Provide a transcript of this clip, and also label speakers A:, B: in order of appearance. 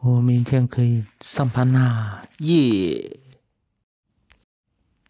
A: 我明天可以上班啦，耶！